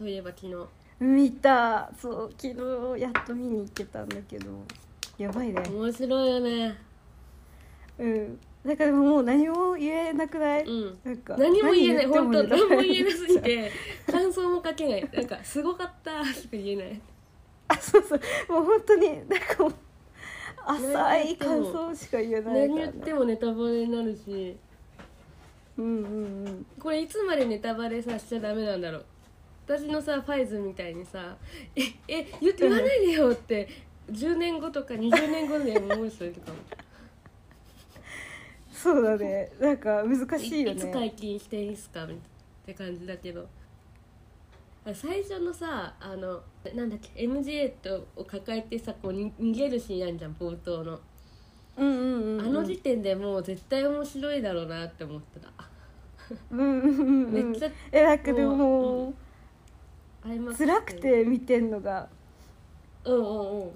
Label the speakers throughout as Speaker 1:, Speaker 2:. Speaker 1: の
Speaker 2: 見たそう昨日やっと見に行けたんだけどやばいね
Speaker 1: 面白いよね
Speaker 2: うんだからもう何も言えなくない、
Speaker 1: うん
Speaker 2: なんか
Speaker 1: 何も言えない本当
Speaker 2: 何言って
Speaker 1: 何も言え
Speaker 2: い
Speaker 1: なすぎて感想も書けないなんか「すごかった」とか言えない
Speaker 2: あそうそうもう本当になんかもう浅い感想しか言えな
Speaker 1: 何
Speaker 2: いか
Speaker 1: 言
Speaker 2: ら
Speaker 1: ってもネタバレになるし
Speaker 2: うんうんうん
Speaker 1: これいつまでネタバレさせちゃダメなんだろう私のさファイズみたいにさ「ええ言って言わないでよ」って10年後とか20年後で思う人いるかも
Speaker 2: そうだねなんか難しいよ
Speaker 1: いつ
Speaker 2: ね
Speaker 1: 解禁していいんすかみたいなって感じだけどあ最初のさあのなんだっけ MJ とを抱えてさこうに逃げるシーンあんじゃん冒頭の
Speaker 2: うんうんうんうん
Speaker 1: あの時点でもう絶対面白いだろうなって思ってたあ
Speaker 2: うんうんうんうん
Speaker 1: めっちゃ
Speaker 2: えなんかでも
Speaker 1: も
Speaker 2: も
Speaker 1: 合いま
Speaker 2: う
Speaker 1: す
Speaker 2: 辛くて見てんのが
Speaker 1: うんうんうん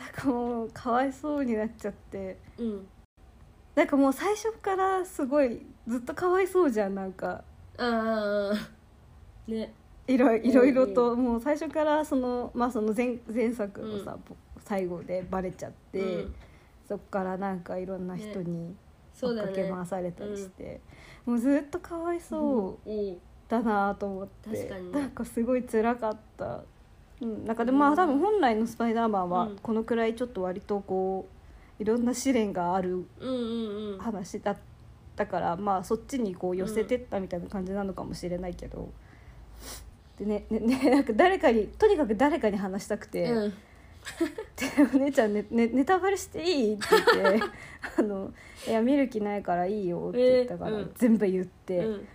Speaker 2: なんかもうかわいそうになっちゃって
Speaker 1: うん
Speaker 2: なんかもう最初からすごいずっとかわいそうじゃんなんか
Speaker 1: ああね
Speaker 2: いろいろいろと、
Speaker 1: う
Speaker 2: もう最初からその,、まあ、その前前作のさ、
Speaker 1: う
Speaker 2: ぼ最後でバレちゃって、
Speaker 1: うん
Speaker 2: そっからなんかいろんな人に
Speaker 1: そ
Speaker 2: 追
Speaker 1: う
Speaker 2: っ
Speaker 1: だ
Speaker 2: かけ
Speaker 1: ね、
Speaker 2: 回されたりして、もうずっとかわいそう
Speaker 1: うん、
Speaker 2: だなと思って、
Speaker 1: 確かにね
Speaker 2: なんかすごい辛かった。うん、なんかでもま
Speaker 1: う
Speaker 2: あ
Speaker 1: ん
Speaker 2: 多分本来の「スパイダーマン」は
Speaker 1: うん
Speaker 2: このくらいちょっと割とこういろんな試練がある
Speaker 1: うんうんうん
Speaker 2: 話だったからまあそっちにこう寄せてったみたいな感じなのかもしれないけど、でねねね なんか誰かにとにかく誰かに話したくて「
Speaker 1: うん
Speaker 2: でお姉ちゃん、ねね、ネタバレしていい?」って言 って「あのいや見る気ないからいいよ」って言ったから、
Speaker 1: えーうん
Speaker 2: 全部言って「
Speaker 1: うん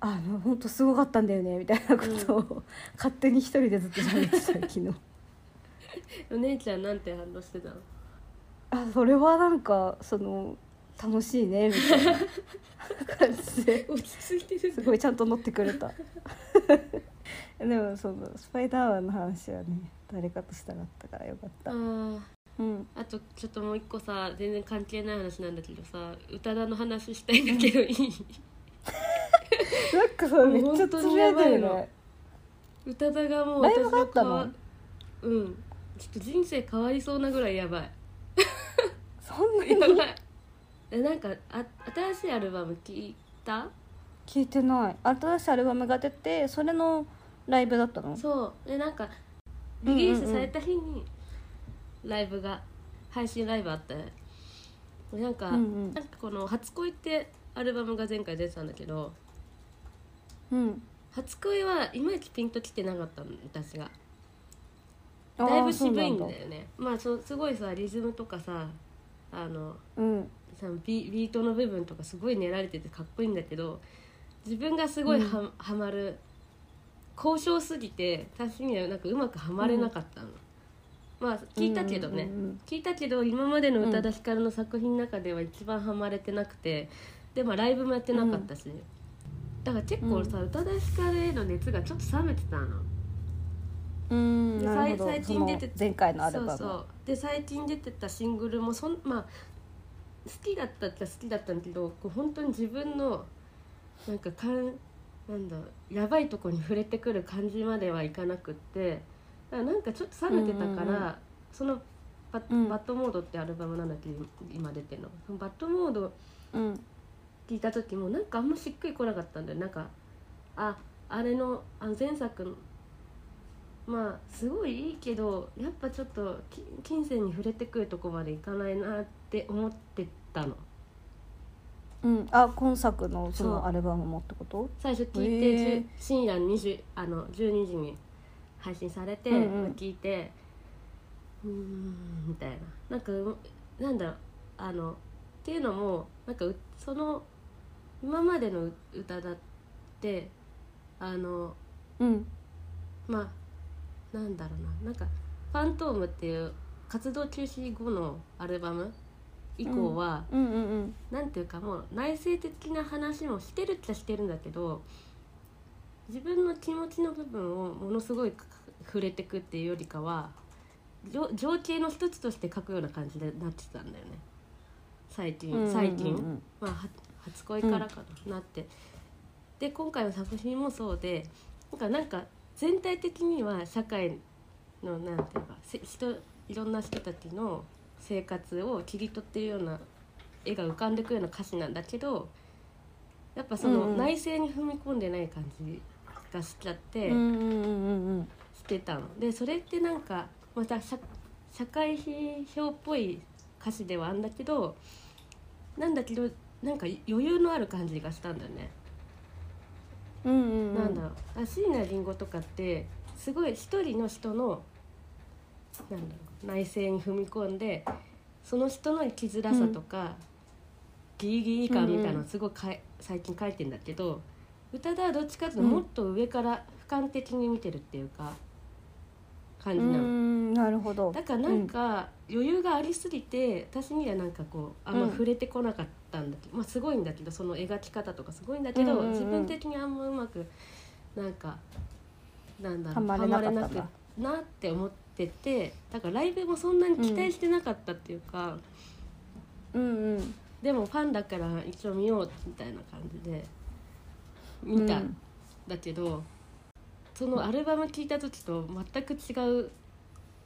Speaker 2: あの本当すごかったんだよね」みたいなことを、勝手に一人でずっと喋ってた 昨日。
Speaker 1: お姉ちゃんなんて反応してたの
Speaker 2: あそれはなんかその楽しいねみたいな感じで。
Speaker 1: 落ち着いてる
Speaker 2: すごいちゃんと乗ってくれた でもそのスパイダーマンの話はね誰かとしたかったからよかった、
Speaker 1: あ
Speaker 2: うん、
Speaker 1: ああとちょっともう一個さ全然関係ない話なんだけどさ宇多田の話したいんだけどいい
Speaker 2: なんかさめっちゃつぶやいてるね
Speaker 1: 宇多田がもう
Speaker 2: ライブがあった
Speaker 1: かわ
Speaker 2: の
Speaker 1: うんちょっと人生変わりそうなぐらいやばい
Speaker 2: そんな
Speaker 1: やば
Speaker 2: に
Speaker 1: いえなんかあ新しいアルバム聞いた
Speaker 2: 聞いてない新しいアルバムが出てそれのライブだったの
Speaker 1: そうでなんか
Speaker 2: うんうん
Speaker 1: リリースされた日にライブが配信ライブあってでなんか、
Speaker 2: うんうん
Speaker 1: なんかこの「初恋」ってアルバムが前回出てたんだけど
Speaker 2: うん
Speaker 1: 初恋はいまいちピンときてなかったの私が
Speaker 2: あー
Speaker 1: だいぶ渋いん
Speaker 2: そうなん
Speaker 1: だよねまあそうすごいさリズムとかさあの
Speaker 2: うん
Speaker 1: そのビビートの部分とかすごい練られててかっこいいんだけど自分がすごいは,、はまる交渉すぎて私にはなんかうまくはまれなかったの、まあ聞いたけどね、
Speaker 2: うんうんうん
Speaker 1: 聞いたけど今までの宇多田ヒカルの作品の中では一番ハマれてなくてでもライブもやってなかったし、だから結構さ、宇多田ヒカルへの熱がちょっと冷めてたの。
Speaker 2: うん
Speaker 1: で
Speaker 2: なるほど
Speaker 1: 最最近出て
Speaker 2: その前回のアルバム
Speaker 1: そうそうで最近出てたシングルもそんまあ好きだったっちゃ好きだったんだけどこう本当に自分のなんかかんなんだやばいとこに触れてくる感じまではいかなくってだからなんかちょっと冷めてたから、
Speaker 2: うんうんうん
Speaker 1: そのバ,、
Speaker 2: うん
Speaker 1: バッドモードってアルバムなんだけど今出てるのそのバッドモード
Speaker 2: うん
Speaker 1: 聞いた時もなんかあんましっくりこなかったんだよなんかああれのあの前作のまあすごいいいけどやっぱちょっとき金銭に触れてくるとこまでいかないなって思ってたの
Speaker 2: うん、あ今作の
Speaker 1: そ
Speaker 2: そ
Speaker 1: う
Speaker 2: のアルバムもってこと
Speaker 1: 最初聞いて、
Speaker 2: へえ
Speaker 1: じゅ深夜20あの12時に配信されて、
Speaker 2: うんうん
Speaker 1: 聞いてうーんみたいななんかうなんだろうあのっていうのもなんかうその今までの歌だってあの
Speaker 2: うん
Speaker 1: まあなんだろうななんか「ファントーム」っていう活動休止後のアルバム以降は、
Speaker 2: うんうんうん
Speaker 1: なんていうかもう内省的な話もしてるっちゃしてるんだけど自分の気持ちの部分をものすごいか触れてくっていうよりかは情情景の一つとして書くような感じになってたんだよね最近、
Speaker 2: うん
Speaker 1: 最近、
Speaker 2: うん
Speaker 1: まあ、は初恋からかな,、なってで今回の作品もそうでなんかなんか全体的には社会のなんていうかせ人いろんな人たちの生活を切り取ってるような絵が浮かんでくるような歌詞なんだけどやっぱそ
Speaker 2: うん
Speaker 1: の
Speaker 2: うん
Speaker 1: 内政に踏み込んでない感じがしちゃって
Speaker 2: うんうんうんうん
Speaker 1: してたの。でそれってなんかまた社社会批評っぽい歌詞ではあんだけどなんだけどなんか余裕のある感じがしたんだよね。
Speaker 2: うんうんうん
Speaker 1: なんだろうあ椎名林檎とかってすごい一人の人のなんだろう内政に踏み込んでその人の生きづらさとか、ギリギリ感みたいなのをすごいかい、最近書いてんだけど歌田はどっちかっていうと
Speaker 2: うん
Speaker 1: もっと上から俯瞰的に見てるっていうか感
Speaker 2: う
Speaker 1: じなの。
Speaker 2: んなるほど
Speaker 1: だからなんか余裕がありすぎて私にはなんかこうあんま
Speaker 2: うん
Speaker 1: 触れてこなかったんだけど、まあすごいんだけどその描き方とかすごいんだけど、
Speaker 2: うんうんうん
Speaker 1: 自分的にあんまうまくなんかなんだろ
Speaker 2: ハ
Speaker 1: う
Speaker 2: マれなかったんだ
Speaker 1: ハマくなって思っててだからライブもそんなに期待してなかったっていうか、
Speaker 2: うんうん
Speaker 1: でもファンだから一応見ようみたいな感じで見た
Speaker 2: うんん
Speaker 1: だけど、そのアルバム聴いた時と全く違う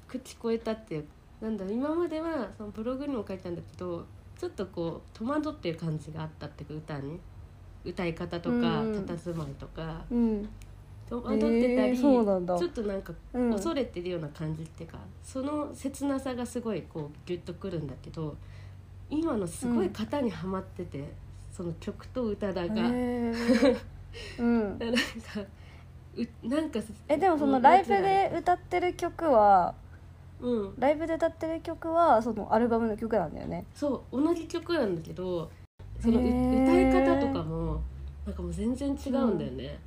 Speaker 1: 口超えたっていうなんだろう今まではそのブログにも書いたんだけどちょっとこう戸惑ってる感じがあったっていうか歌に歌い方とか
Speaker 2: うんうん
Speaker 1: 佇まいとか
Speaker 2: うん
Speaker 1: 戸惑ってたり、
Speaker 2: えーそうなんだ
Speaker 1: ちょっとなんか
Speaker 2: うん
Speaker 1: 恐れてるような感じっていうか、その切なさがすごいこうギュッとくるんだけど今のすごい型にはまってて、その曲と歌だが、
Speaker 2: へ ーうん
Speaker 1: なんかうなんか
Speaker 2: えでもそのライブで歌ってる曲は
Speaker 1: うん
Speaker 2: ライブで歌ってる曲はそのアルバムの曲なんだよね
Speaker 1: そう同じ曲なんだけどそのう
Speaker 2: へー
Speaker 1: 歌い方とかもなんかもう全然違うんだよね。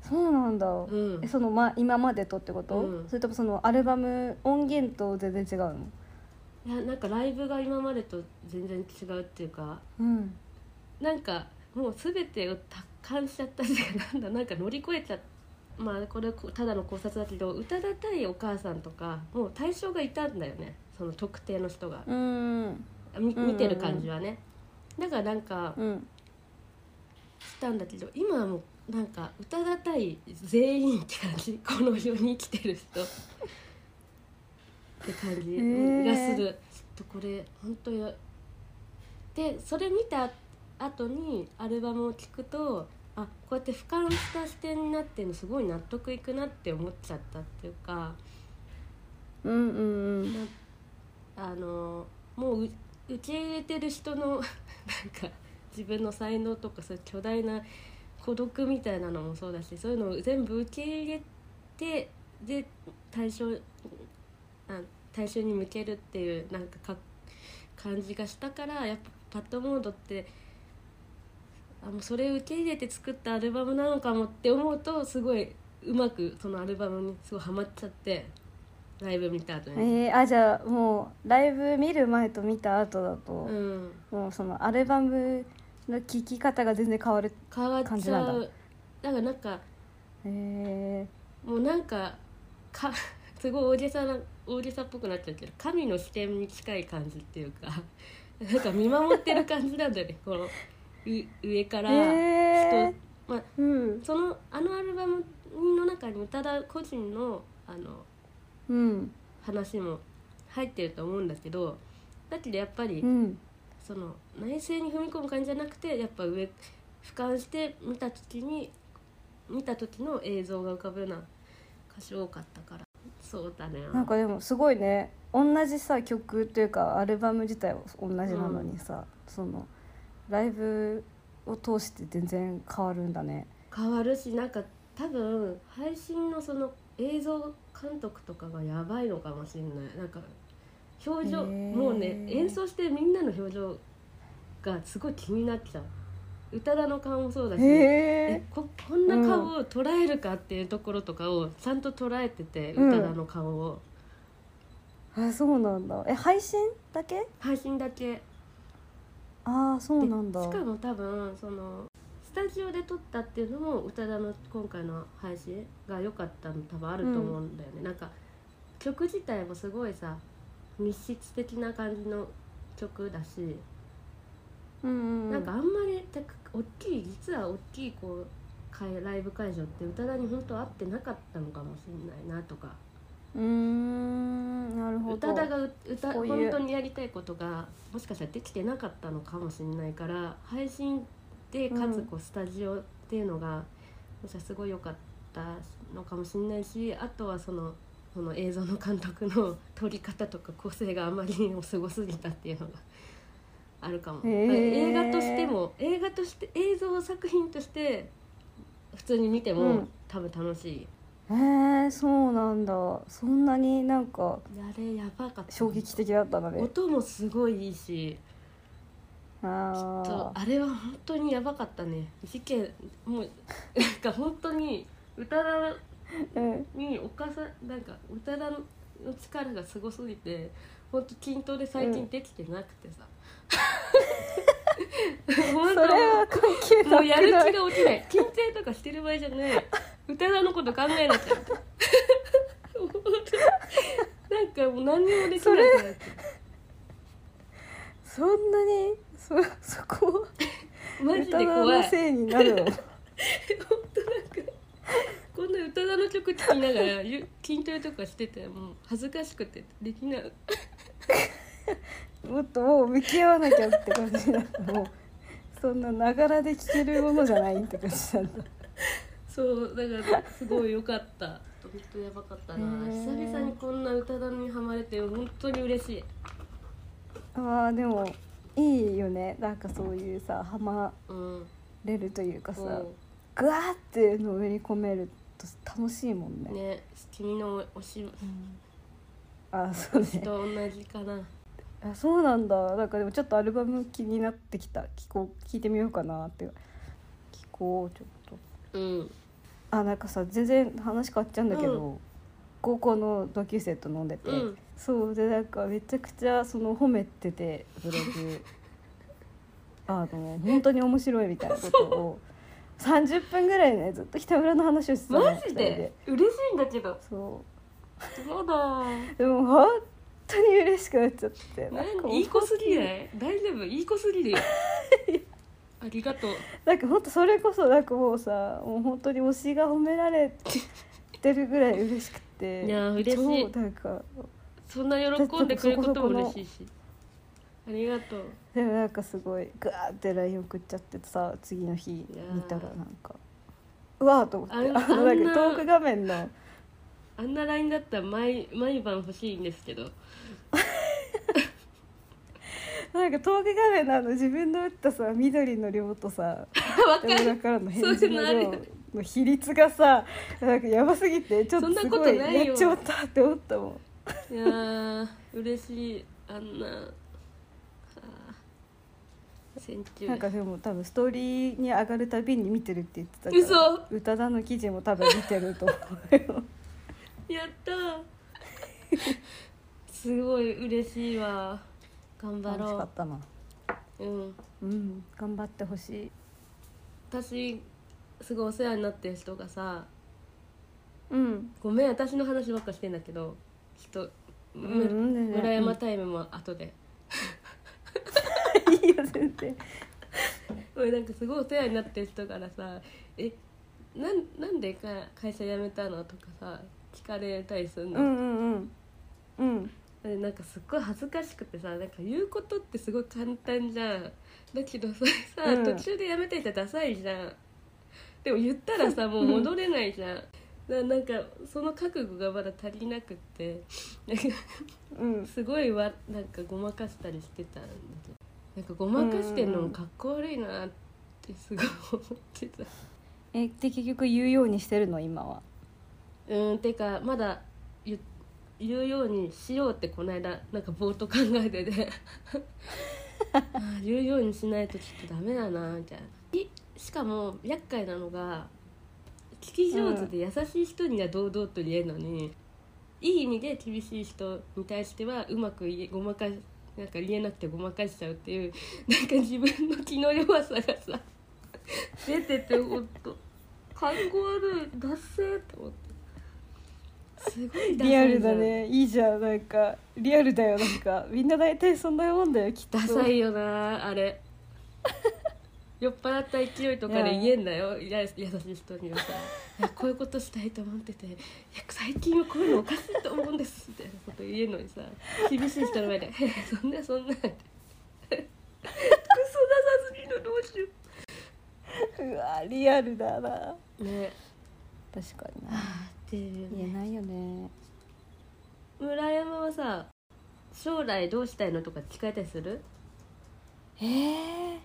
Speaker 2: そうなんだ、
Speaker 1: うん
Speaker 2: えそのま今までとってこと、
Speaker 1: うん
Speaker 2: それともそのアルバム音源と全然違うの
Speaker 1: いやなんかライブが今までと全然違うっていうか
Speaker 2: うん
Speaker 1: なんかもう全てを達観しちゃったっていうかなんだなんか乗り越えちゃっまあこれはこうただの考察だけど宇多田対お母さんとかもう対象がいたんだよねその特定の人が
Speaker 2: うん
Speaker 1: み
Speaker 2: うんうん
Speaker 1: 見てる感じはね、だからなんか
Speaker 2: うん
Speaker 1: したんだけど今はもうなんか宇多田対全員って感じ この世に生きてる人って感じ
Speaker 2: ー
Speaker 1: がする、ちょっとこれ本当やでそれ見た後にアルバムを聴くとあこうやって俯瞰した視点になってるのすごい納得いくなって思っちゃったっていうか
Speaker 2: うんうん
Speaker 1: あのもうう受け入れてる人の なんか自分の才能とかそういう巨大な孤独みたいなのもそうだしそういうのを全部受け入れてで対象あ対象に向けるっていうなんかか感じがしたからやっぱパッドモードってあもうそれを受け入れて作ったアルバムなのかもって思うとすごいうまくそのアルバムにすごいハマっちゃってライブ見た後に。
Speaker 2: えー、あじゃあもうライブ見る前と見た後だと、
Speaker 1: うん
Speaker 2: もうそのアルバムの聴き方が全然変わる
Speaker 1: 変わっ
Speaker 2: 感
Speaker 1: ち
Speaker 2: じ
Speaker 1: ゃ
Speaker 2: なん
Speaker 1: うだ
Speaker 2: だ
Speaker 1: からなんか
Speaker 2: へえ
Speaker 1: もうなんかか すごい大げさな大げさっぽくなっちゃうけど神の視点に近い感じっていうか なんか見守ってる感じなんだよねこのう上から人、
Speaker 2: えー
Speaker 1: まあ、
Speaker 2: うん
Speaker 1: そのあのアルバムの中に宇多田個人のあの
Speaker 2: うん
Speaker 1: 話も入ってると思うんだけどだけどやっぱり、
Speaker 2: うん
Speaker 1: その内政に踏み込む感じじゃなくてやっぱ上俯瞰して見た時に見た時の映像が浮かぶような歌詞多かったからそうだね
Speaker 2: なんかでもすごいね同じさ曲というかアルバム自体は同じなのにさ、そのライブを通して全然変わるんだね
Speaker 1: 変わるしなんか多分配信のその映像監督とかがやばいのかもしれないなんか表情
Speaker 2: へー
Speaker 1: もうね演奏してるみんなの表情がすごい気になっちゃう宇多田の顔もそうだし、え
Speaker 2: へえ
Speaker 1: ここんな顔を捉えるかっていうところとかをちゃんと捉えてて、
Speaker 2: うん
Speaker 1: 宇多田の顔を
Speaker 2: あそうなんだえ配信だけ
Speaker 1: 配信だけ
Speaker 2: ああそう
Speaker 1: で
Speaker 2: なんだ
Speaker 1: しかも多分そのスタジオで撮ったっていうのも宇多田の今回の配信が良かったの多分あると思うんだよね、なんか曲自体もすごいさ密室的な感じの曲だし、
Speaker 2: うんうんう
Speaker 1: なんかあんまりてか大きい実は大きいこうかいライブ会場って宇多田に本当合ってなかったのかもしれないなとか
Speaker 2: うーんなるほ
Speaker 1: 宇
Speaker 2: ど
Speaker 1: 多田がう歌
Speaker 2: こうい
Speaker 1: 本
Speaker 2: う
Speaker 1: 当にやりたいことがもしかしたらできてなかったのかもしれないから配信でかつこうスタジオっていうのが、もしかしたらすごい良かったのかもしれないしあとはそのその映像の監督の撮り方とか構成があまりにもすごすぎたっていうのが。あるかも、
Speaker 2: へー
Speaker 1: 映画としても映画として映像作品として普通に見ても、
Speaker 2: うん
Speaker 1: 多分楽しい
Speaker 2: へえそうなんだそんなになんか
Speaker 1: あれやばかった
Speaker 2: 衝撃的だったので
Speaker 1: 音もすごいいいしそう
Speaker 2: あ
Speaker 1: あれは本当にやばかったね事件もうなんか本当に宇多田
Speaker 2: ーうん
Speaker 1: に犯さなんか宇多田の力がすごすぎて本当筋トレ最近できてなくて さ、
Speaker 2: そ
Speaker 1: 本
Speaker 2: れは関係
Speaker 1: 当もう
Speaker 2: な
Speaker 1: や
Speaker 2: く
Speaker 1: る
Speaker 2: な
Speaker 1: 気
Speaker 2: い
Speaker 1: が落ちない筋トレとかしてる場合じゃない宇多田のこと考えなきゃ 本当なんかもう何にもできなくなって
Speaker 2: そんなにそそこは
Speaker 1: マジ
Speaker 2: 歌
Speaker 1: で怖
Speaker 2: の
Speaker 1: い
Speaker 2: せいになるの
Speaker 1: 本当なんかこんな宇多田の曲聴きながら ゆ筋トレとかしててもう恥ずかしくてできない
Speaker 2: もっともう向き合わなきゃって感じなのもうそんなながらで聴けるものじゃないって感じなんだ
Speaker 1: そうだからすごい良かった本当やばかったな
Speaker 2: へ
Speaker 1: 久
Speaker 2: ー
Speaker 1: 々にこんな宇多田にハマれて本当に嬉しい
Speaker 2: あーでもいいよねなんかそういうさハマ
Speaker 1: うん
Speaker 2: れるというかさ
Speaker 1: そ
Speaker 2: グワーってのめり込めると楽しいもんね
Speaker 1: うね君の推し
Speaker 2: うんあそうね
Speaker 1: と同じかな
Speaker 2: あそうなんだなんかでもちょっとアルバム気になってきた聞こう聞いてみようかなって聞こうちょっ と
Speaker 1: うん
Speaker 2: あなんかさ全然話変わっちゃうんだけど、
Speaker 1: う
Speaker 2: 高校の同級生と飲んでて、
Speaker 1: うん
Speaker 2: そうでなんかめちゃくちゃその褒めててブロ グあの本当に面白いみたいなことを30分ぐらいねずっと北村の話をしてたの
Speaker 1: マジ
Speaker 2: 二人
Speaker 1: で嬉しいんだけど
Speaker 2: そ
Speaker 1: やだ
Speaker 2: うでも本当に嬉しくなっちゃって
Speaker 1: な
Speaker 2: か
Speaker 1: ん
Speaker 2: もう
Speaker 1: いい子すぎない大丈夫いい子す ぎるよありがとう
Speaker 2: なんか本当それこそなんかもうさもう本当に推しが褒められてるぐらい嬉しくて
Speaker 1: いやー嬉しい
Speaker 2: 超なんか
Speaker 1: そんな喜んでくれることも嬉しいしありがとう
Speaker 2: でもなんかすごいグワーって LINE 送っちゃってさ次の日
Speaker 1: やー
Speaker 2: 見たらなんかうわーと思って
Speaker 1: あん
Speaker 2: あの
Speaker 1: あ
Speaker 2: なんん
Speaker 1: な
Speaker 2: かトーク画面の
Speaker 1: あんな LINE だったら毎毎晩欲しいんですけ ど
Speaker 2: なんかトーク画面のあの自分の打ったさ緑の量とさ
Speaker 1: 分
Speaker 2: で
Speaker 1: か
Speaker 2: もだ
Speaker 1: る
Speaker 2: からの 返
Speaker 1: そう
Speaker 2: 事
Speaker 1: いう
Speaker 2: の
Speaker 1: のあるよ
Speaker 2: 量
Speaker 1: ね
Speaker 2: の比率がさなんかやばすぎてちょっ
Speaker 1: そんな
Speaker 2: とす
Speaker 1: こと
Speaker 2: ごい
Speaker 1: ないよ
Speaker 2: やっちまったって思ったもん。
Speaker 1: いやー嬉しいあんなはあ戦中
Speaker 2: なんかでも多分ストーリーに上がるたびに見てるって言ってたから
Speaker 1: 嘘
Speaker 2: 宇多田の記事も多分見てると思う よ
Speaker 1: やったー すごい嬉しいわ頑張
Speaker 2: 楽しかっ
Speaker 1: ろ
Speaker 2: たな
Speaker 1: ううん
Speaker 2: うん頑張ってほしい
Speaker 1: 私すごいお世話になってる人がさ
Speaker 2: うん
Speaker 1: ごめん私の話ばっかしてんだけどちょっと、う
Speaker 2: うんうん全然
Speaker 1: 村山タイムも後で。
Speaker 2: いいよ全然
Speaker 1: 俺なんかすごいお世話になってる人からさ「えなんなんでか会社辞めたの?」とかさ聞かれたりする
Speaker 2: う
Speaker 1: の、
Speaker 2: んうんうんうん
Speaker 1: でなんかすっごい恥ずかしくてさなんか言うことってすごい簡単じゃんだけどそれさ、
Speaker 2: うん
Speaker 1: 途中で辞めたりしたらダサいじゃんでも言ったらさもう戻れないじゃんななんかその覚悟がまだ足りなくってなんか
Speaker 2: うん
Speaker 1: すごいわなんかごまかしたりしてたんだけどなんかごまかしてんのもかっこ悪いなってすごい思ってた。
Speaker 2: えで結局言うようにしてるの今は
Speaker 1: うーんてかまだ言言うようにしようってこの間なんかぼーっと考えてて あー言うようにしないとちょっとダメだなみたいないしかも厄介なのが聞き上手で優しい人には堂々と言えるのに、いい意味で厳しい人に対してはうまく言えごまかしなんか言えなくてごまかしちゃうっていうなんか自分の気の弱さがさ出ててほんとかっこ悪いダッセーって思ってすごいダサい
Speaker 2: リ
Speaker 1: じゃ
Speaker 2: ア
Speaker 1: ん
Speaker 2: ルだねいいじゃんなんかリアルだよなんかみんな大体そんなもんだよきっと
Speaker 1: ダサいよなあれ酔っ払った勢いとかで
Speaker 2: いや
Speaker 1: 言えんなよいや優しい人にはさいやこういうことしたいと思ってていや最近はこういうのおかしいと思うんですみたいなこと言えんのにさ厳しい人の前で「へへそんなそんな」クソなさすぎるどうしよ
Speaker 2: うわリアルだな
Speaker 1: うね
Speaker 2: 確かにな
Speaker 1: あっていう
Speaker 2: 言えないよね
Speaker 1: 村山はさ将来どうしたいのとか聞かれたりする
Speaker 2: えー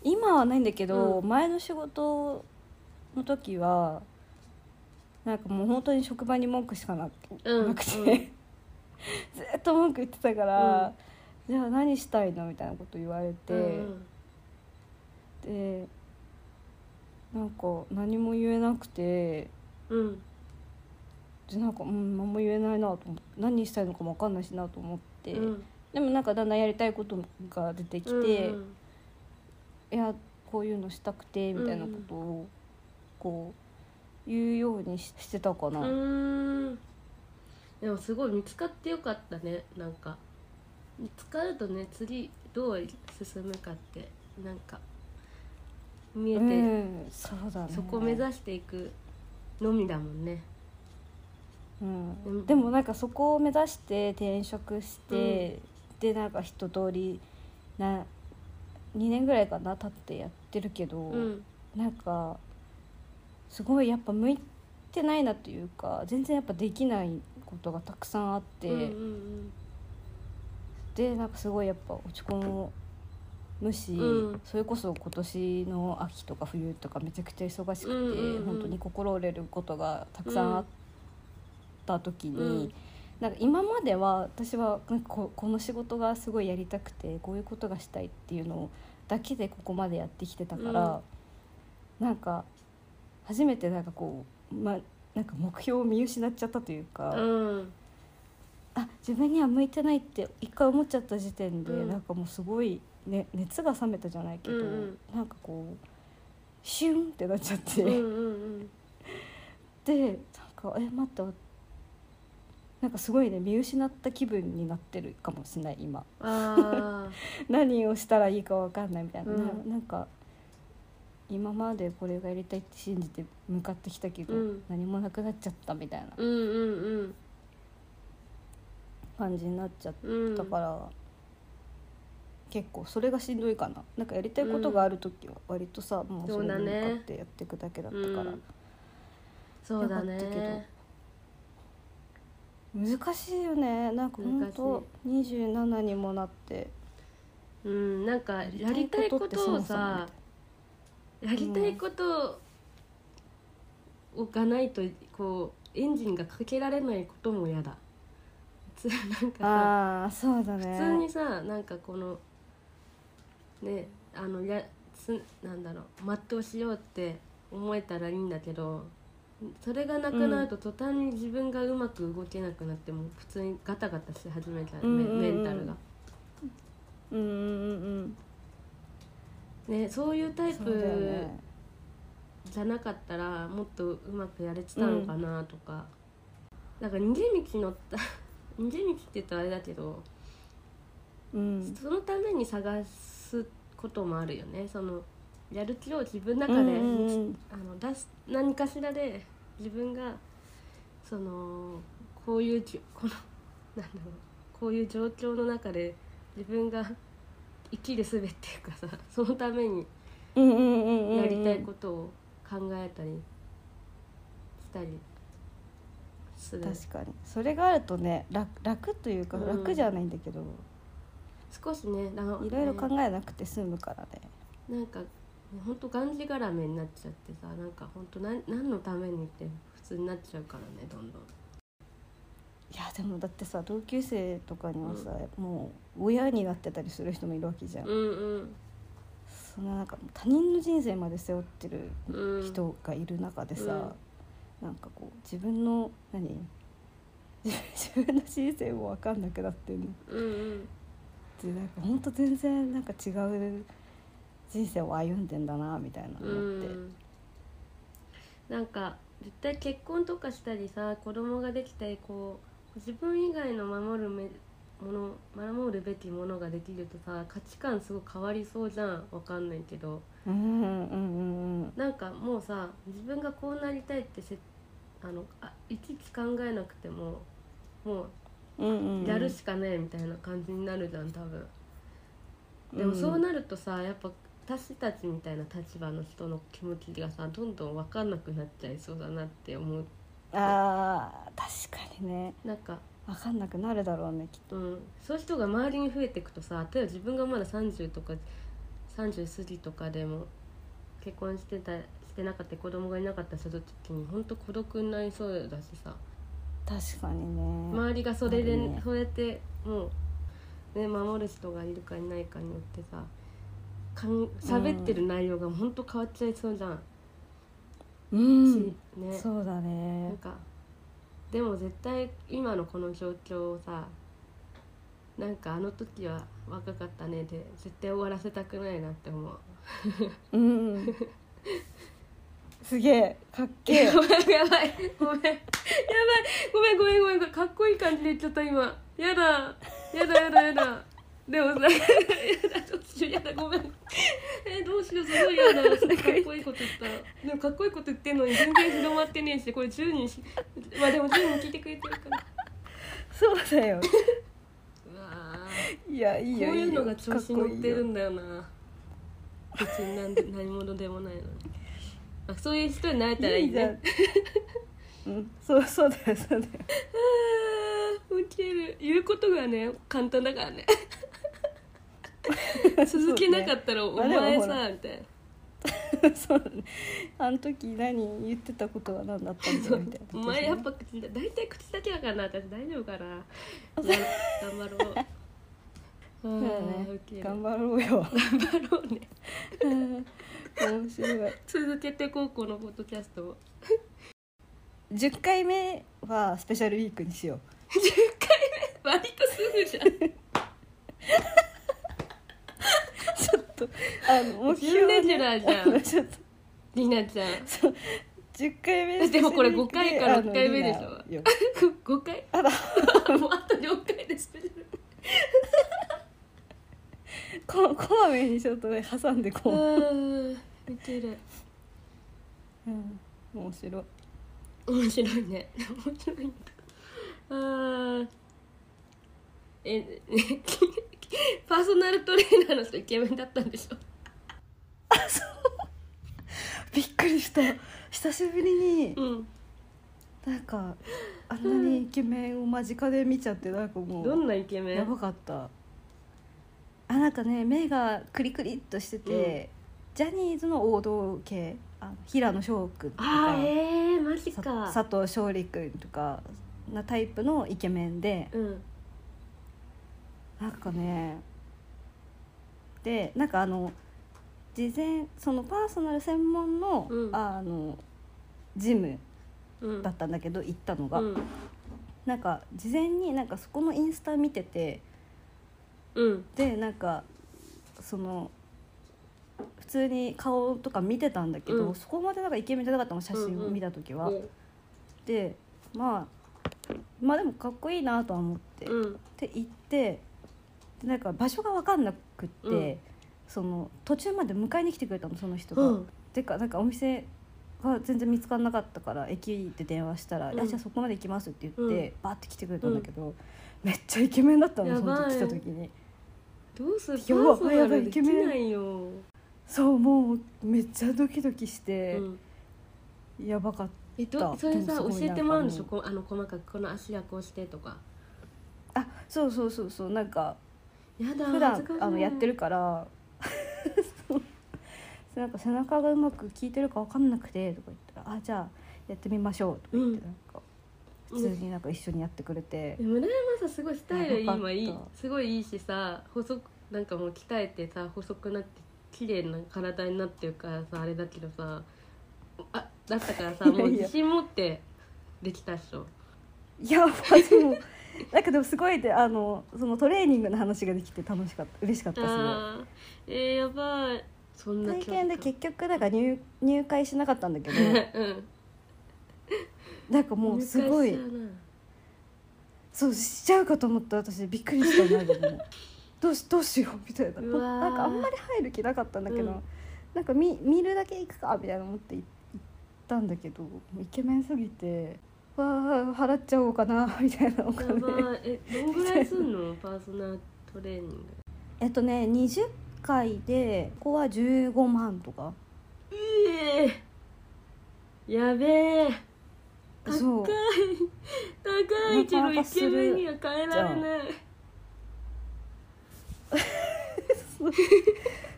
Speaker 2: 今はないんだけど、
Speaker 1: う
Speaker 2: 前の仕事の時はなんかもう本当に職場に文句しかな,、
Speaker 1: うん
Speaker 2: なくて、 ずっと文句言ってたから、じゃあ何したいのみたいなこと言われて、
Speaker 1: うん
Speaker 2: でなんか何も言えなくて
Speaker 1: うん
Speaker 2: でなんかうん何も言えないなと思って何したいのかも分かんないしなと思って、
Speaker 1: うん
Speaker 2: でもなんかだんだんやりたいことが出てきて、
Speaker 1: うん
Speaker 2: いやこういうのしたくてみたいなことをこう言うようにししてたかな、
Speaker 1: うーんでもすごい見つかってよかったねなんか見つかるとね次どう進むかってなんか見えて、
Speaker 2: うんそうだね
Speaker 1: そこ目指していくのみだもんね
Speaker 2: うん
Speaker 1: うん
Speaker 2: でもなんかそこを目指して転職して、でなんか一通りな2年ぐらいかな経ってやってるけど、
Speaker 1: うん
Speaker 2: なんかすごいやっぱ向いてないなというか全然やっぱできないことがたくさんあって。
Speaker 1: うんうん
Speaker 2: でなんかすごいやっぱ落ち込むし、
Speaker 1: うん
Speaker 2: それこそ今年の秋とか冬とかめちゃくちゃ忙しくて、
Speaker 1: うんうんうん
Speaker 2: 本当に心折れることがたくさんあった時に、
Speaker 1: うん
Speaker 2: なんか今までは私はなんかここの仕事がすごいやりたくてこういうことがしたいっていうのだけでここまでやってきてたから、なんか初めてなんかこう、ま、なんか目標を見失っちゃったというか。
Speaker 1: うん
Speaker 2: あ自分には向いてないって一回思っちゃった時点で、
Speaker 1: うん
Speaker 2: なんかもうすごい、ね、熱が冷めたじゃないけど、
Speaker 1: うんうん
Speaker 2: なんかこうシュンってなっちゃって、
Speaker 1: うんうん
Speaker 2: でなんかえ待ってなんかすごいね見失った気分になってるかもしれない今
Speaker 1: あ
Speaker 2: 何をしたらいいかわかんないみたいな、
Speaker 1: うん
Speaker 2: ななんか今までこれがやりたいって信じて向かってきたけど、
Speaker 1: うん
Speaker 2: 何もなくなっちゃったみたいな
Speaker 1: ーうんうん
Speaker 2: 感じになっちゃって。
Speaker 1: うんうん
Speaker 2: だから、結構それがしんどいかななんかやりたいことがある時は割とさ、もう
Speaker 1: そ
Speaker 2: そうれに
Speaker 1: だね
Speaker 2: 向かってやっていくだけだったから、
Speaker 1: うんそうだ
Speaker 2: よかったけど
Speaker 1: ね
Speaker 2: 難しいよねなんか本当27にもなって
Speaker 1: うんなんかやりたいことをさやりたいことをがないとこうエンジンがかけられないことも嫌だ つなんかさ
Speaker 2: ああーそうだね
Speaker 1: 普通にさなんかこのねあのやつなんだろう全うしようって思えたらいいんだけどそれがなくなると途端に自分がうまく動けなくなっても普通にガタガタし始めちゃう、
Speaker 2: うんうんうん
Speaker 1: メメンタルが。
Speaker 2: うんうんうん
Speaker 1: ね、そういうタ
Speaker 2: う
Speaker 1: イ
Speaker 2: んそうだよ
Speaker 1: プ
Speaker 2: ね
Speaker 1: じゃなかったらもっとうまくやれてたのかなとか、なんか逃げ道の逃げ道って言ったらあれだけど、
Speaker 2: うん
Speaker 1: そのために探すこともあるよねそのやる気を自分の
Speaker 2: う
Speaker 1: 中で、
Speaker 2: んうんうん
Speaker 1: あの出す何かしらで自分がそのこういうじこのなんだろうこういう状況の中で自分が生きる術っていうかさそのために
Speaker 2: うんうんうんうん
Speaker 1: やりたいことを考えたりしたりする
Speaker 2: 確かにそれがあるとね楽楽というか
Speaker 1: うん
Speaker 2: 楽じゃないんだけど、
Speaker 1: 少しねあの
Speaker 2: いろいろ考
Speaker 1: ね
Speaker 2: えなくて済むからね
Speaker 1: なんか本当がんじがらめになっちゃってさなんか本当なん何のためにって普通になっちゃうからねどんどん。
Speaker 2: いやでもだってさ同級生とかにはさ、もう親になってたりする人もいるわけじゃん、
Speaker 1: うん
Speaker 2: そんななんか他人の人生まで背負ってる
Speaker 1: うんうん、
Speaker 2: 人がいる中でさ、なんかこう自分の何 自分の人生も分かんなくなってんのっ
Speaker 1: うんうん
Speaker 2: てなんかほんと全然なんか違う人生を歩んでんだなみたいなのっ
Speaker 1: う
Speaker 2: て、
Speaker 1: ん、なんか絶対結婚とかしたりさ子供ができてこう自分以外の守るめもの守るべきものができるとさ価値観すごい変わりそうじゃんわかんないけど
Speaker 2: うんうんうんうん
Speaker 1: なんかもうさ自分がこうなりたいってせあのあいちいち考えなくてもも
Speaker 2: うんうん
Speaker 1: うやるしかねえみたいな感じになるじゃん多分でもそうなるとさやっぱ私たちみたいな立場の人の気持ちがさどんどん分かんなくなっちゃいそうだなって思う
Speaker 2: あー確かにね
Speaker 1: なんか
Speaker 2: 分かんなくなるだろうねきっ
Speaker 1: うん、そういう人が周りに増えていくとさ例えば自分がまだ30とか30過ぎとかでも結婚してたしてなかったり子供がいなかったりする時に本当孤独になりそうだしさ
Speaker 2: と確かにね、
Speaker 1: 周りがそれで、
Speaker 2: なるね
Speaker 1: そうやってもう、ね、守る人がいるかいないかによってさかん喋ってる内容が本当変わっちゃいそうじゃん。
Speaker 2: うん
Speaker 1: しね
Speaker 2: そうだ
Speaker 1: なん
Speaker 2: ね
Speaker 1: かでも絶対今のこの状況をさなんかあの時は若かったねで絶対終わらせたくないなって思う
Speaker 2: うんすげえかっけえ
Speaker 1: やばいやばいごめんやばいごめんごめんごめんかっこいい感じで言っちゃった今やだやだやだやだでもさやだどうしようやだごめんえどうしようすごいやだかっこいいこと言ったでもかっこいいこと言ってんのに全然広まってねえしこれ10人しまあでも10人聞いてくれてるから
Speaker 2: そうだよ
Speaker 1: うわー
Speaker 2: いやいいよ
Speaker 1: こういうのが
Speaker 2: よ
Speaker 1: 調子に乗ってる
Speaker 2: かっ
Speaker 1: んだよな別に何で何者でもないのにあそういう人になれ
Speaker 2: こ
Speaker 1: たら
Speaker 2: い
Speaker 1: いい
Speaker 2: いよいいじゃ
Speaker 1: ね
Speaker 2: んうんそうそうだよそうだよ
Speaker 1: あーウケる言うことがね簡単だ からね 続けなかったら「お
Speaker 2: まあでも
Speaker 1: 前
Speaker 2: ほら
Speaker 1: さ」みたいな
Speaker 2: そうだねあの時何言ってたことは何だったんだよみたい
Speaker 1: 「
Speaker 2: な
Speaker 1: お前やっぱ口だ大体口だけだからな私大丈夫かなな頑張ろう」あ
Speaker 2: そうだ
Speaker 1: ーウケ
Speaker 2: ね
Speaker 1: る
Speaker 2: 頑張ろうよ
Speaker 1: 頑張ろうね
Speaker 2: うん 面白い
Speaker 1: 続けて高校のポッドキャストを
Speaker 2: 10回目はスペシャルウィークにしよう
Speaker 1: 割とすぐじゃん
Speaker 2: ちょっとあの目標
Speaker 1: 準レギュラーじゃん
Speaker 2: あの ちょっと
Speaker 1: りなちゃん
Speaker 2: 10回目
Speaker 1: でもこれ5回から6回目でしょ
Speaker 2: ょ
Speaker 1: 5回
Speaker 2: あら
Speaker 1: もうあと4回でスペシャル
Speaker 2: ここまめにちょっとね挟んでこう、
Speaker 1: うん見てる
Speaker 2: うん、面白い
Speaker 1: 面白いね面白いねあーえねパーソナルトレーナーの人イケメンだったんでしょ
Speaker 2: びっくりした久しぶりに
Speaker 1: うん
Speaker 2: なんかあんなにイケメンを間近で見ちゃってなんかも
Speaker 1: ど
Speaker 2: うん
Speaker 1: なイケメン
Speaker 2: やばかったあなんかね目がクリクリっとしてて、ジャニーズの王道系あの平野翔君と
Speaker 1: あ
Speaker 2: か
Speaker 1: ーえー、マジ
Speaker 2: さ
Speaker 1: か
Speaker 2: 佐藤勝利君とかなタイプのイケメンで
Speaker 1: うん
Speaker 2: なんかねでなんかあの事前そのパーソナル専門の,、
Speaker 1: うん
Speaker 2: あのジム
Speaker 1: うん
Speaker 2: だったんだけど行ったのが、
Speaker 1: うん
Speaker 2: なんか事前になんかそこのインスタ見てて
Speaker 1: うん
Speaker 2: でなんかその普通に顔とか見てたんだけど、
Speaker 1: うん
Speaker 2: そこまでなんかイケメンじゃなかったの写真を見た時は。でまあまあでもかっこいいなとは思って、
Speaker 1: うんうん
Speaker 2: で行ってでなんか場所が分かんなくって、
Speaker 1: うん
Speaker 2: その途中まで迎えに来てくれたのその人が。
Speaker 1: うん
Speaker 2: てかなんかお店が全然見つからなかったから駅で電話したら「
Speaker 1: うん
Speaker 2: あじゃあそこまで行きます」って言って、
Speaker 1: う
Speaker 2: バーって来てくれたんだけど、めっちゃイケメンだったの
Speaker 1: や
Speaker 2: そ
Speaker 1: ばい
Speaker 2: の時来た時に
Speaker 1: どうするパ
Speaker 2: やば
Speaker 1: ーソナルできないよ、
Speaker 2: そうもうめっちゃドキドキして、
Speaker 1: うん
Speaker 2: やばかった
Speaker 1: え
Speaker 2: だ
Speaker 1: どそれさ
Speaker 2: で
Speaker 1: 教
Speaker 2: もすごい
Speaker 1: えてもらうんでしょ
Speaker 2: なん
Speaker 1: こうあの細かくこの足がこうしてとか
Speaker 2: あそうそうそうそうなんか
Speaker 1: やだ
Speaker 2: 普
Speaker 1: 恥
Speaker 2: 段
Speaker 1: ずかしい
Speaker 2: あのやってるから そうなんか背中がうまく効いてるか分かんなくてとか言ったら「あじゃあやってみましょう」とか言って、
Speaker 1: うん
Speaker 2: なんか普通になんか一緒にやってくれて、
Speaker 1: で村山さんすごいスタイル
Speaker 2: やばかっ
Speaker 1: 今
Speaker 2: た
Speaker 1: いいすごいいいしさ細くなんかもう鍛えてさ細くなって綺麗な体になってるからさあれだけどさあだったからさ
Speaker 2: いやいや
Speaker 1: もう自信持ってできたっしょ
Speaker 2: いやまあでもなんかでもすごいであのそのトレーニングの話ができて楽しかった嬉しかったすごい。
Speaker 1: あーえー、やばいそんな
Speaker 2: 体
Speaker 1: 教科
Speaker 2: 験で結局なんか入入会しなかったんだけど
Speaker 1: うん
Speaker 2: なんかもうすごい
Speaker 1: 入会しちゃうな
Speaker 2: そうしちゃうかと思った私びっくりしたんだけど もどうしどうしようみたいな
Speaker 1: うわー
Speaker 2: なんかあんまり入る気なかったんだけど、
Speaker 1: うん
Speaker 2: なんか見見るだけ行くかみたいな思って行ったんだけどもうイケメンすぎてわあ払っちゃおうかなみたいなお
Speaker 1: や
Speaker 2: 金
Speaker 1: ばいえどんぐらいすん のパーソナルトレーニング
Speaker 2: えっとね20回でここは15万とか
Speaker 1: ええやべえ高い
Speaker 2: そう
Speaker 1: 高いけど
Speaker 2: なかな
Speaker 1: イ
Speaker 2: かす
Speaker 1: ケ
Speaker 2: る
Speaker 1: メンには変えられない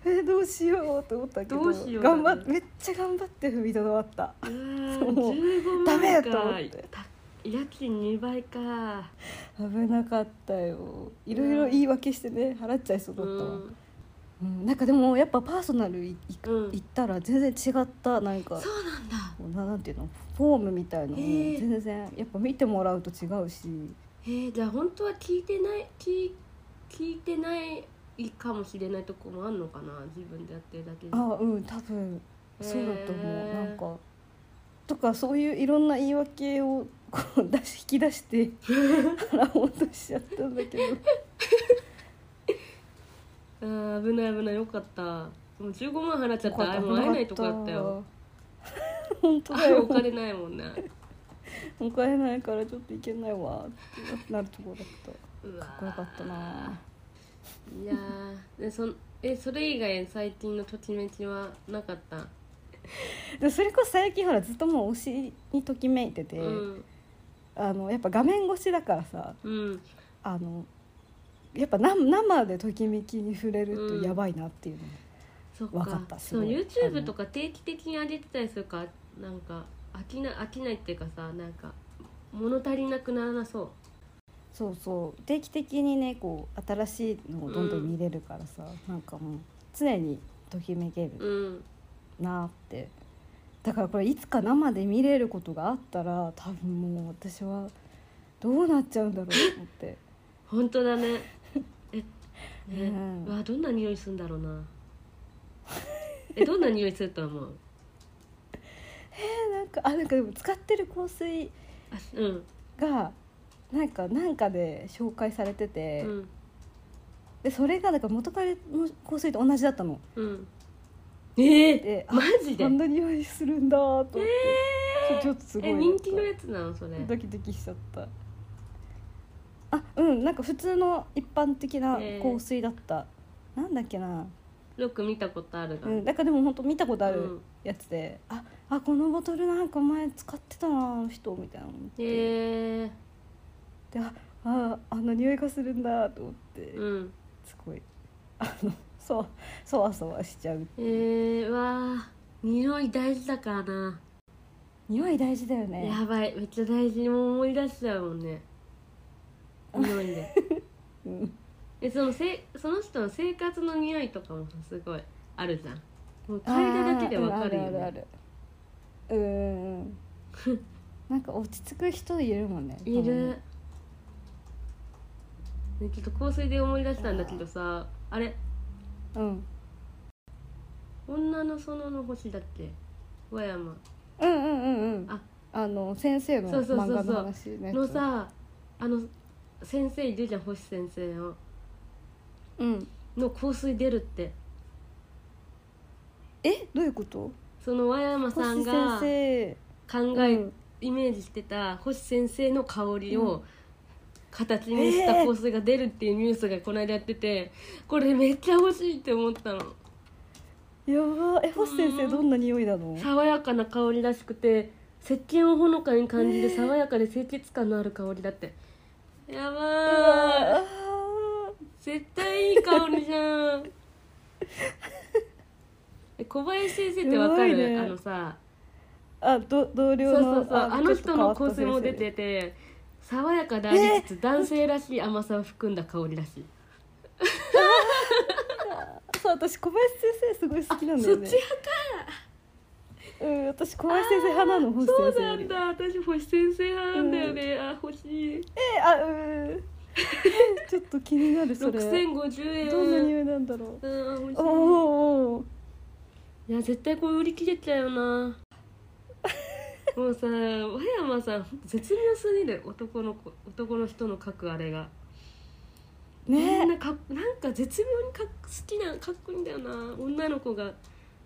Speaker 2: えどうしようと思ったけど
Speaker 1: どうしよう
Speaker 2: 頑張っめっちゃ頑張って踏みとどまった
Speaker 1: うわ
Speaker 2: そう
Speaker 1: ー15万か
Speaker 2: ダメと思って
Speaker 1: た家賃2倍か
Speaker 2: 危なかったよいろいろ言い訳してね払っちゃいそうだ
Speaker 1: う
Speaker 2: ったわ、
Speaker 1: ん
Speaker 2: うんなんかでもやっぱパーソナルいい
Speaker 1: うん
Speaker 2: 行ったら全然違ったなんか
Speaker 1: そうなんだ
Speaker 2: こうななんていうのフォームみたいのも
Speaker 1: へえ
Speaker 2: 全然やっぱ見てもらうと違うし
Speaker 1: えー、じゃあ本当は聞いてない聞い聞いてないかもしれないとこもあんのかな自分でやってるだけで
Speaker 2: あうん多分そうだと思う、
Speaker 1: へえ
Speaker 2: なんかとかそういういろんな言い訳を こう出し引き出して 腹落としちゃったんだけど
Speaker 1: あー危ない危ないよかったでも15万払っちゃったら
Speaker 2: よ
Speaker 1: もう会えないとこだったよ
Speaker 2: 本当だ
Speaker 1: 会う
Speaker 2: よ
Speaker 1: お金ないもんな
Speaker 2: もう会えないからちょっと行けないわってなるとこだった
Speaker 1: うわー
Speaker 2: かっこよかったない
Speaker 1: やーでそんえそれ以外最近のときめきはなかった、
Speaker 2: でそれこそ最近ほらずっともう推しにときめいてて、
Speaker 1: うん
Speaker 2: あのやっぱ画面越しだからさ
Speaker 1: うん
Speaker 2: あのやっぱ生生でときめきに触れる
Speaker 1: うん
Speaker 2: とやばいなっていうの、
Speaker 1: そっか
Speaker 2: わかったす
Speaker 1: そう
Speaker 2: ごい
Speaker 1: YouTube とか定期的に上げてたりするからなんか飽きな飽きないっていうかさなんか物足りなくならなそう
Speaker 2: そうそう定期的にねこう新しいのをどんどん見れるからさ、なんかもう常にときめける
Speaker 1: うん
Speaker 2: なってだからこれいつか生で見れることがあったら多分もう私はどうなっちゃうんだろうと思って。
Speaker 1: 本当だね ええ、
Speaker 2: うん
Speaker 1: わあどんな匂いするんだろうなえどんな匂いすると思う
Speaker 2: なんかあなんかでも使ってる香水
Speaker 1: あうん
Speaker 2: がなんかなんかで紹介されてて、
Speaker 1: うん
Speaker 2: でそれがなんか元彼の香水と同じだったの
Speaker 1: うんええ
Speaker 2: であ
Speaker 1: マジで
Speaker 2: あんな匂いするんだと思って、ちょちょっとすごい
Speaker 1: え人気のやつなのそれ
Speaker 2: ドキドキしちゃったあうんなんか普通の一般的な
Speaker 1: えー
Speaker 2: 香水だった、なんだっけな、
Speaker 1: よく見たことあるが、
Speaker 2: うん、なんかでも本当見たことあ
Speaker 1: う
Speaker 2: る
Speaker 1: ん
Speaker 2: やつで、ああこのボトルなんか前使ってたなあの人みたいなの思って、
Speaker 1: ええ
Speaker 2: であああの匂いがするんだと思って、
Speaker 1: うん
Speaker 2: すごいあのそうそわそわしちゃう
Speaker 1: えー、わあ匂い大事だからな、
Speaker 2: 匂い大事だよね
Speaker 1: やばいめっちゃ大事にもう思い出しちゃうもんね匂い で
Speaker 2: うん
Speaker 1: えそのせその人の生活の匂いとかもさすごいあるじゃんもう嗅いだだけでわかるよ
Speaker 2: あーうん
Speaker 1: ね
Speaker 2: あるあるあるうんうんうんなんか落ち着く人いるもんね
Speaker 1: いる、ね、ちょっと香水で思い出したんだけどさあれ
Speaker 2: うん、
Speaker 1: 女の園の星だっけ小山
Speaker 2: うんうんうんうん
Speaker 1: あ
Speaker 2: あの先生の
Speaker 1: そうそうそうそう
Speaker 2: 漫画の話ね
Speaker 1: のさあの先生いるじゃん星先生の
Speaker 2: うん
Speaker 1: の香水出るって
Speaker 2: えどういうこと
Speaker 1: その和山さん
Speaker 2: 星
Speaker 1: が
Speaker 2: 先生
Speaker 1: 考
Speaker 2: う
Speaker 1: え、
Speaker 2: ん
Speaker 1: イメージしてた星先生の香り
Speaker 2: う
Speaker 1: を形にした香水が出るっていうニュースがこの間やっててこれめっちゃ欲しいって思ったの
Speaker 2: やばえ星先生どんな匂いなの
Speaker 1: 爽やかな香りらしくて石鹸をほのかに感じる爽やかで清潔感のある香りだってやばーい
Speaker 2: あー
Speaker 1: 絶対いい香りじゃ んえ小林先生ってわか
Speaker 2: す
Speaker 1: る、
Speaker 2: ごいね
Speaker 1: あのさ
Speaker 2: あど同
Speaker 1: そ
Speaker 2: 僚
Speaker 1: う
Speaker 2: の
Speaker 1: そうそうあの
Speaker 2: ちょ
Speaker 1: 人
Speaker 2: っと変わ
Speaker 1: の
Speaker 2: った
Speaker 1: 香水も出
Speaker 2: 先生
Speaker 1: てて爽やかでありつつ男性らしい甘さを含んだ香りらしい
Speaker 2: そう私小林先生すごい好きなんだよね
Speaker 1: あそっち
Speaker 2: うん私小林先生派なの星先
Speaker 1: そう
Speaker 2: 生
Speaker 1: な
Speaker 2: よ
Speaker 1: ん
Speaker 2: り
Speaker 1: だ私星先生派なんだよね、あ欲しい
Speaker 2: えあうん ちょっと気になる それ
Speaker 1: 6050円
Speaker 2: どんな匂いなんだろう
Speaker 1: うん欲し
Speaker 2: おー
Speaker 1: い
Speaker 2: おーおー
Speaker 1: いや絶対これ売り切れちゃうよなもうさ和山さんほんと絶妙すぎる男の子男の人の書くあれが、みん
Speaker 2: ね
Speaker 1: なかなんか絶妙にかっ好きなかっこいいんだよな女の子が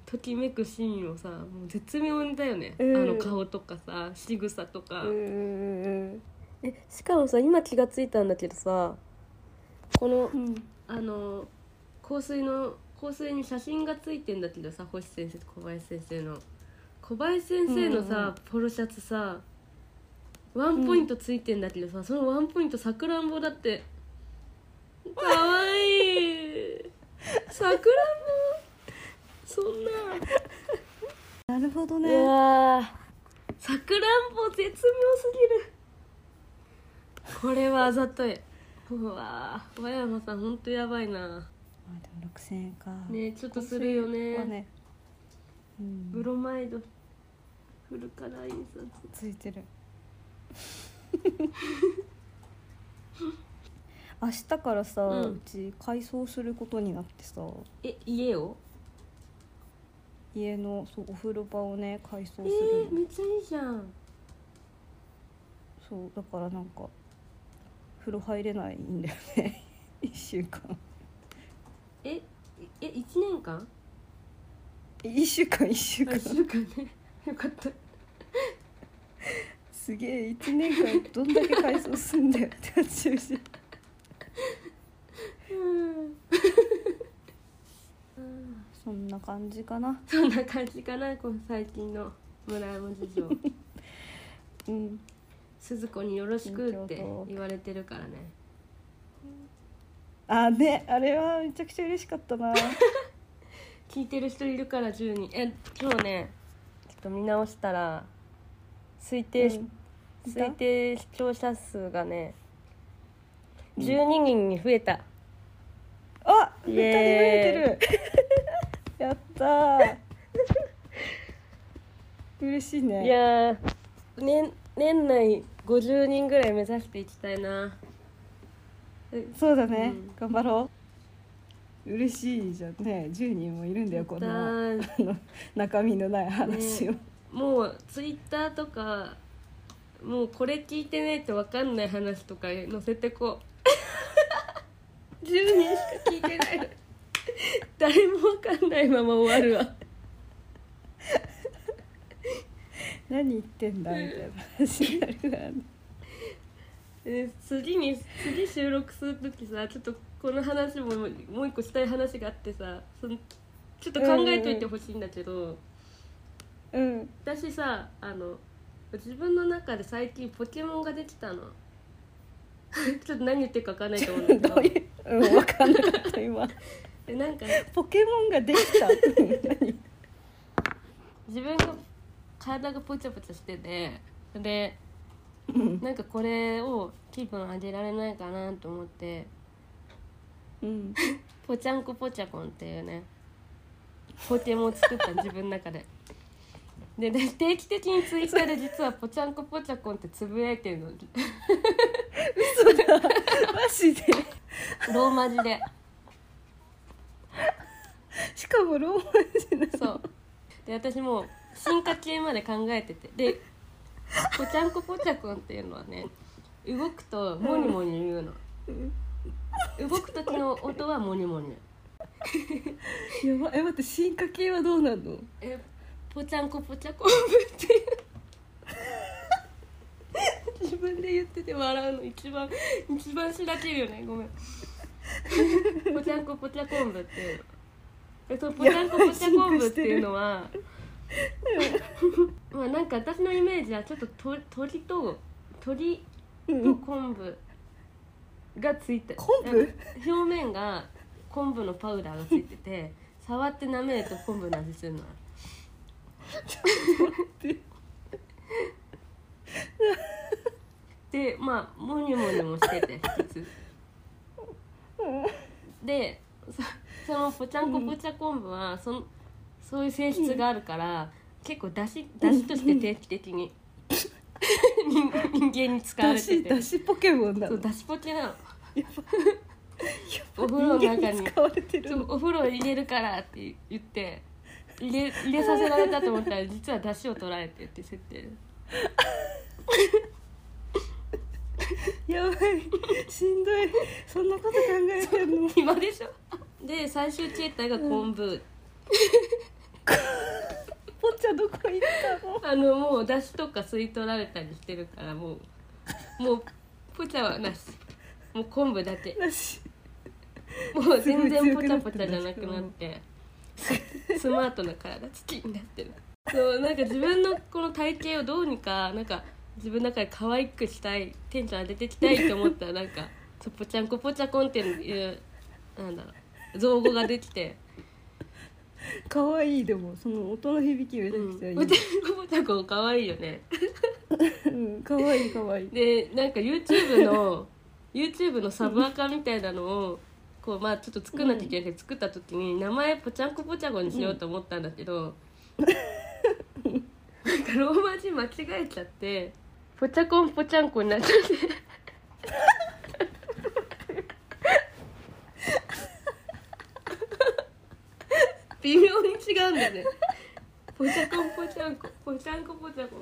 Speaker 1: ときめくシーンをさもう絶妙だよね、
Speaker 2: うん
Speaker 1: あの顔とかさ仕草とか、
Speaker 2: うんうんうん
Speaker 1: えしかもさ今気がついたんだけどさこの
Speaker 2: うん
Speaker 1: あの香水の香水に写真がついてんだけどさ星先生と小林先生の小林先生のさ、
Speaker 2: うんうん
Speaker 1: ポロシャツさワンポイントついてんだけどさ、そのワンポイントさくらんぼだってかわいいさくらんぼそんな
Speaker 2: なるほど
Speaker 1: い
Speaker 2: ね
Speaker 1: やさくらんぼ絶妙すぎるこれはあざというわー和山さんほんとやばいな
Speaker 2: まあでも6000円か
Speaker 1: ねちょっとするよね
Speaker 2: はねうん
Speaker 1: ブロマイドフルカラー印刷
Speaker 2: ついてる 明日からさ、
Speaker 1: う
Speaker 2: うんち改装することになってさ
Speaker 1: え家を
Speaker 2: 家のそうお風呂場をね改装す
Speaker 1: え
Speaker 2: る
Speaker 1: ー、
Speaker 2: の、
Speaker 1: めっちゃいいじゃん
Speaker 2: そうだからなんか風呂入れないんだよね 一週間
Speaker 1: ええ一年間
Speaker 2: 一週間一週
Speaker 1: あ
Speaker 2: 間
Speaker 1: 一週間ね よかった
Speaker 2: すげえ一年間どんだけ改装すんだよって感じるし
Speaker 1: うんうん
Speaker 2: そんな感じかな
Speaker 1: そんな感じかなこの最近の村山事 情
Speaker 2: うん
Speaker 1: 鈴子によろしくって言われてるからね
Speaker 2: あねあれはめちゃくちゃ嬉しかったな
Speaker 1: 聞いてる人いるから10人え今日ねちょっと見直したら推定し、
Speaker 2: うんいた
Speaker 1: 推定視聴者数がね12人に増えた、
Speaker 2: あ二
Speaker 1: イ
Speaker 2: 人増え
Speaker 1: エ
Speaker 2: てるやったー嬉しいね
Speaker 1: いやー年年内50人ぐらい目指していきたいなえ
Speaker 2: そうだね、
Speaker 1: うん
Speaker 2: 頑張ろう嬉しいじゃんね10人もいるんだよこ
Speaker 1: だ
Speaker 2: の
Speaker 1: ー
Speaker 2: あの中身のない話を、
Speaker 1: もうツイッターとかもうこれ聞いてねって分かんない話とか載せてこう10人しか聞いてない 誰も分かんないまま終わるわ
Speaker 2: 何言ってんだみたいな話になるからね
Speaker 1: え次に次収録する時さちょっとこの話ももう一個したい話があってさそのちょっと考えといてほしいんだけど、
Speaker 2: うん
Speaker 1: 私さあの自分の中で最近ポケモンができたの ちょっと何言ってるか分かんないと思うんだ
Speaker 2: どう
Speaker 1: けど
Speaker 2: いううん分かんなかった今
Speaker 1: えなんか
Speaker 2: ポケモンができたうん
Speaker 1: 自分が体がポチャポチャしててで
Speaker 2: 何
Speaker 1: なんかこれを気分上げられないかなと思って
Speaker 2: うん
Speaker 1: ポチャンコポチャコンっていうねポケモンを作 ったの自分の中で。でで定期的にツイッターで実は「ポチャンコポチャコン」ってつぶやいてるの
Speaker 2: マジで
Speaker 1: ローマ字で
Speaker 2: しかもローマ字な
Speaker 1: そうで私もう進化系まで考えててで「ポチャンコポチャコン」っていうのはね動くとモニモニ言うの、動く時の音はモニモニ
Speaker 2: やばえ待って進化系はどうなの
Speaker 1: えポチャンコポチャコンブっていう自分で言ってて笑うの一番一番しらけるよねごめんポチャンコポチャコンブっていうのえそのポチャンコポチャコンブっていうのはまあなんか私のイメージはちょっとと鳥と鳥と昆布がついて
Speaker 2: 昆布
Speaker 1: なんか表面が昆布のパウダーがついてて触って舐めると昆布の味するのでまあモニュモニュもしてて一つでそそのぽちゃんこぽちゃ昆布はそのそういう性質があるから、結構だしだしとして定期的 に人人間に使わ
Speaker 2: だ
Speaker 1: れて
Speaker 2: してだしポケモンな
Speaker 1: そ
Speaker 2: の
Speaker 1: うだしポケなのお風
Speaker 2: 人
Speaker 1: 呂の中
Speaker 2: 間
Speaker 1: に
Speaker 2: に使われてる
Speaker 1: そう
Speaker 2: の
Speaker 1: お風呂入れるからって言って入れ入れさせられたと思ったら実は出汁を取られてって設定
Speaker 2: やばいしんどいそんなこと考えてんの
Speaker 1: 暇でしょで最終形態が昆布、
Speaker 2: ぽっちゃんどこ行ったの
Speaker 1: あのもう出汁とか吸い取られたりしてるからもうもうポチャはなしもう昆布だけ
Speaker 2: なし
Speaker 1: もう全然ポチャポチャじゃなくなってススマートな体つきになってるそうなんか自分のこの体型をどうにかなんか自分の中で可愛くしたいテンション上げていきたいと思ったらなんかそうポチャンコポチャコンっていうなんだろう造語ができて。
Speaker 2: 可愛いでもその音の響きめちゃくちゃいい
Speaker 1: うん、ちゃんこ可愛いよね
Speaker 2: うん可愛い可愛い
Speaker 1: でなんか YouTube の YouTube のサブアカみたいなのをこうまあちょっと作んなきゃいけないけど作った時に名前ぽちゃんこぽちゃこにしようと思ったんだけど、なんかローマ字間違えちゃってぽちゃこんぽちゃんこになっちゃって微妙に違うんだよねぽちゃこんぽちゃんこぽちゃんこぽちゃこ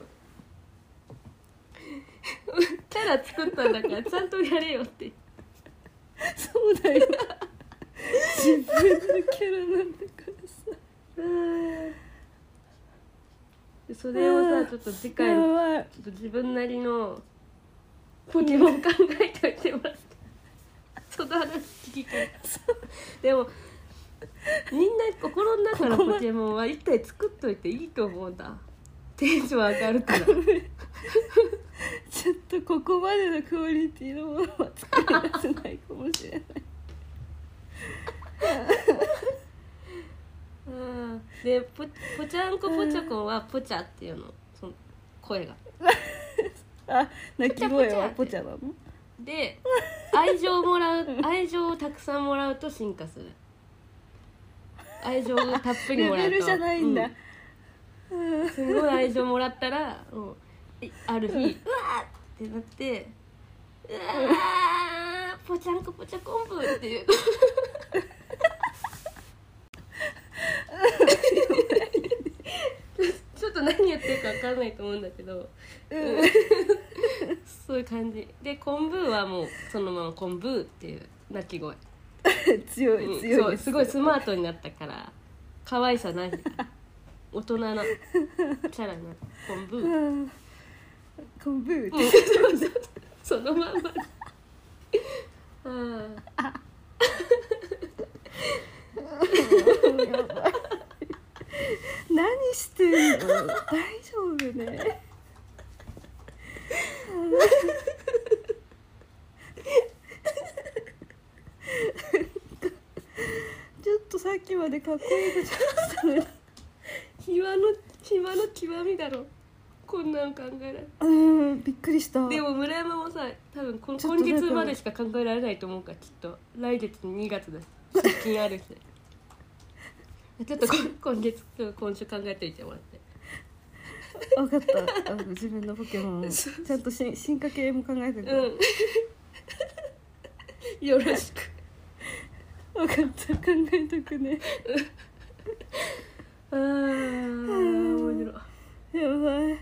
Speaker 1: キャラ作ったんだからちゃんとやれよって
Speaker 2: そうだよ自分のキャラなんだからさ
Speaker 1: でそれを
Speaker 2: うん
Speaker 1: さちょっと次回ち
Speaker 2: や
Speaker 1: ょ
Speaker 2: ばい
Speaker 1: っと自分なりのポケモン考えておいてもらってその話聞きたいでもみんな心の中のポケモンは一体作っといていいと思うんだテンション上がるから
Speaker 2: ちょっとここまでのクオリティのものは作り出せないかもしれない
Speaker 1: うんでポポチャンコポチャコンはポチャっていうのその声が
Speaker 2: あ鳴き声はポチャなの
Speaker 1: で愛情をもらう愛情をたくさんもらうと進化する愛情をたっぷり
Speaker 2: レ
Speaker 1: もらうと
Speaker 2: ベルじゃないんだ、
Speaker 1: うんすごい愛情もらったらもういある日うわーってなってうわーぽちゃんこぽちゃこんぶっていうちょっと何言ってるか分かんないと思うんだけど
Speaker 2: うん
Speaker 1: そういう感じで昆布はもうそのまま昆布っていう鳴き声
Speaker 2: 強
Speaker 1: うん
Speaker 2: い強い
Speaker 1: そう
Speaker 2: です
Speaker 1: すごいスマートになったから可愛さない大人なキャラなコンブー
Speaker 2: うんコンブーって、
Speaker 1: そのまんまうん
Speaker 2: やばい何してんの大丈夫ねちょっとさっきまでかっこいいことしたのに
Speaker 1: 暇の暇の極みだろこんなん考えられない
Speaker 2: うんびっくりした
Speaker 1: でも村山もさ多分こ
Speaker 2: ちょっと
Speaker 1: 今
Speaker 2: だから
Speaker 1: 月までしか考えられないと思うからきっと来月2月だし出勤あるしちょっとこ今月今週考えておいてもらって
Speaker 2: 分かったあの自分のポケモンをちゃんとし進化系も考えてる、
Speaker 1: うんよろしく
Speaker 2: 分かった考えとくね
Speaker 1: ああ面白い
Speaker 2: やばい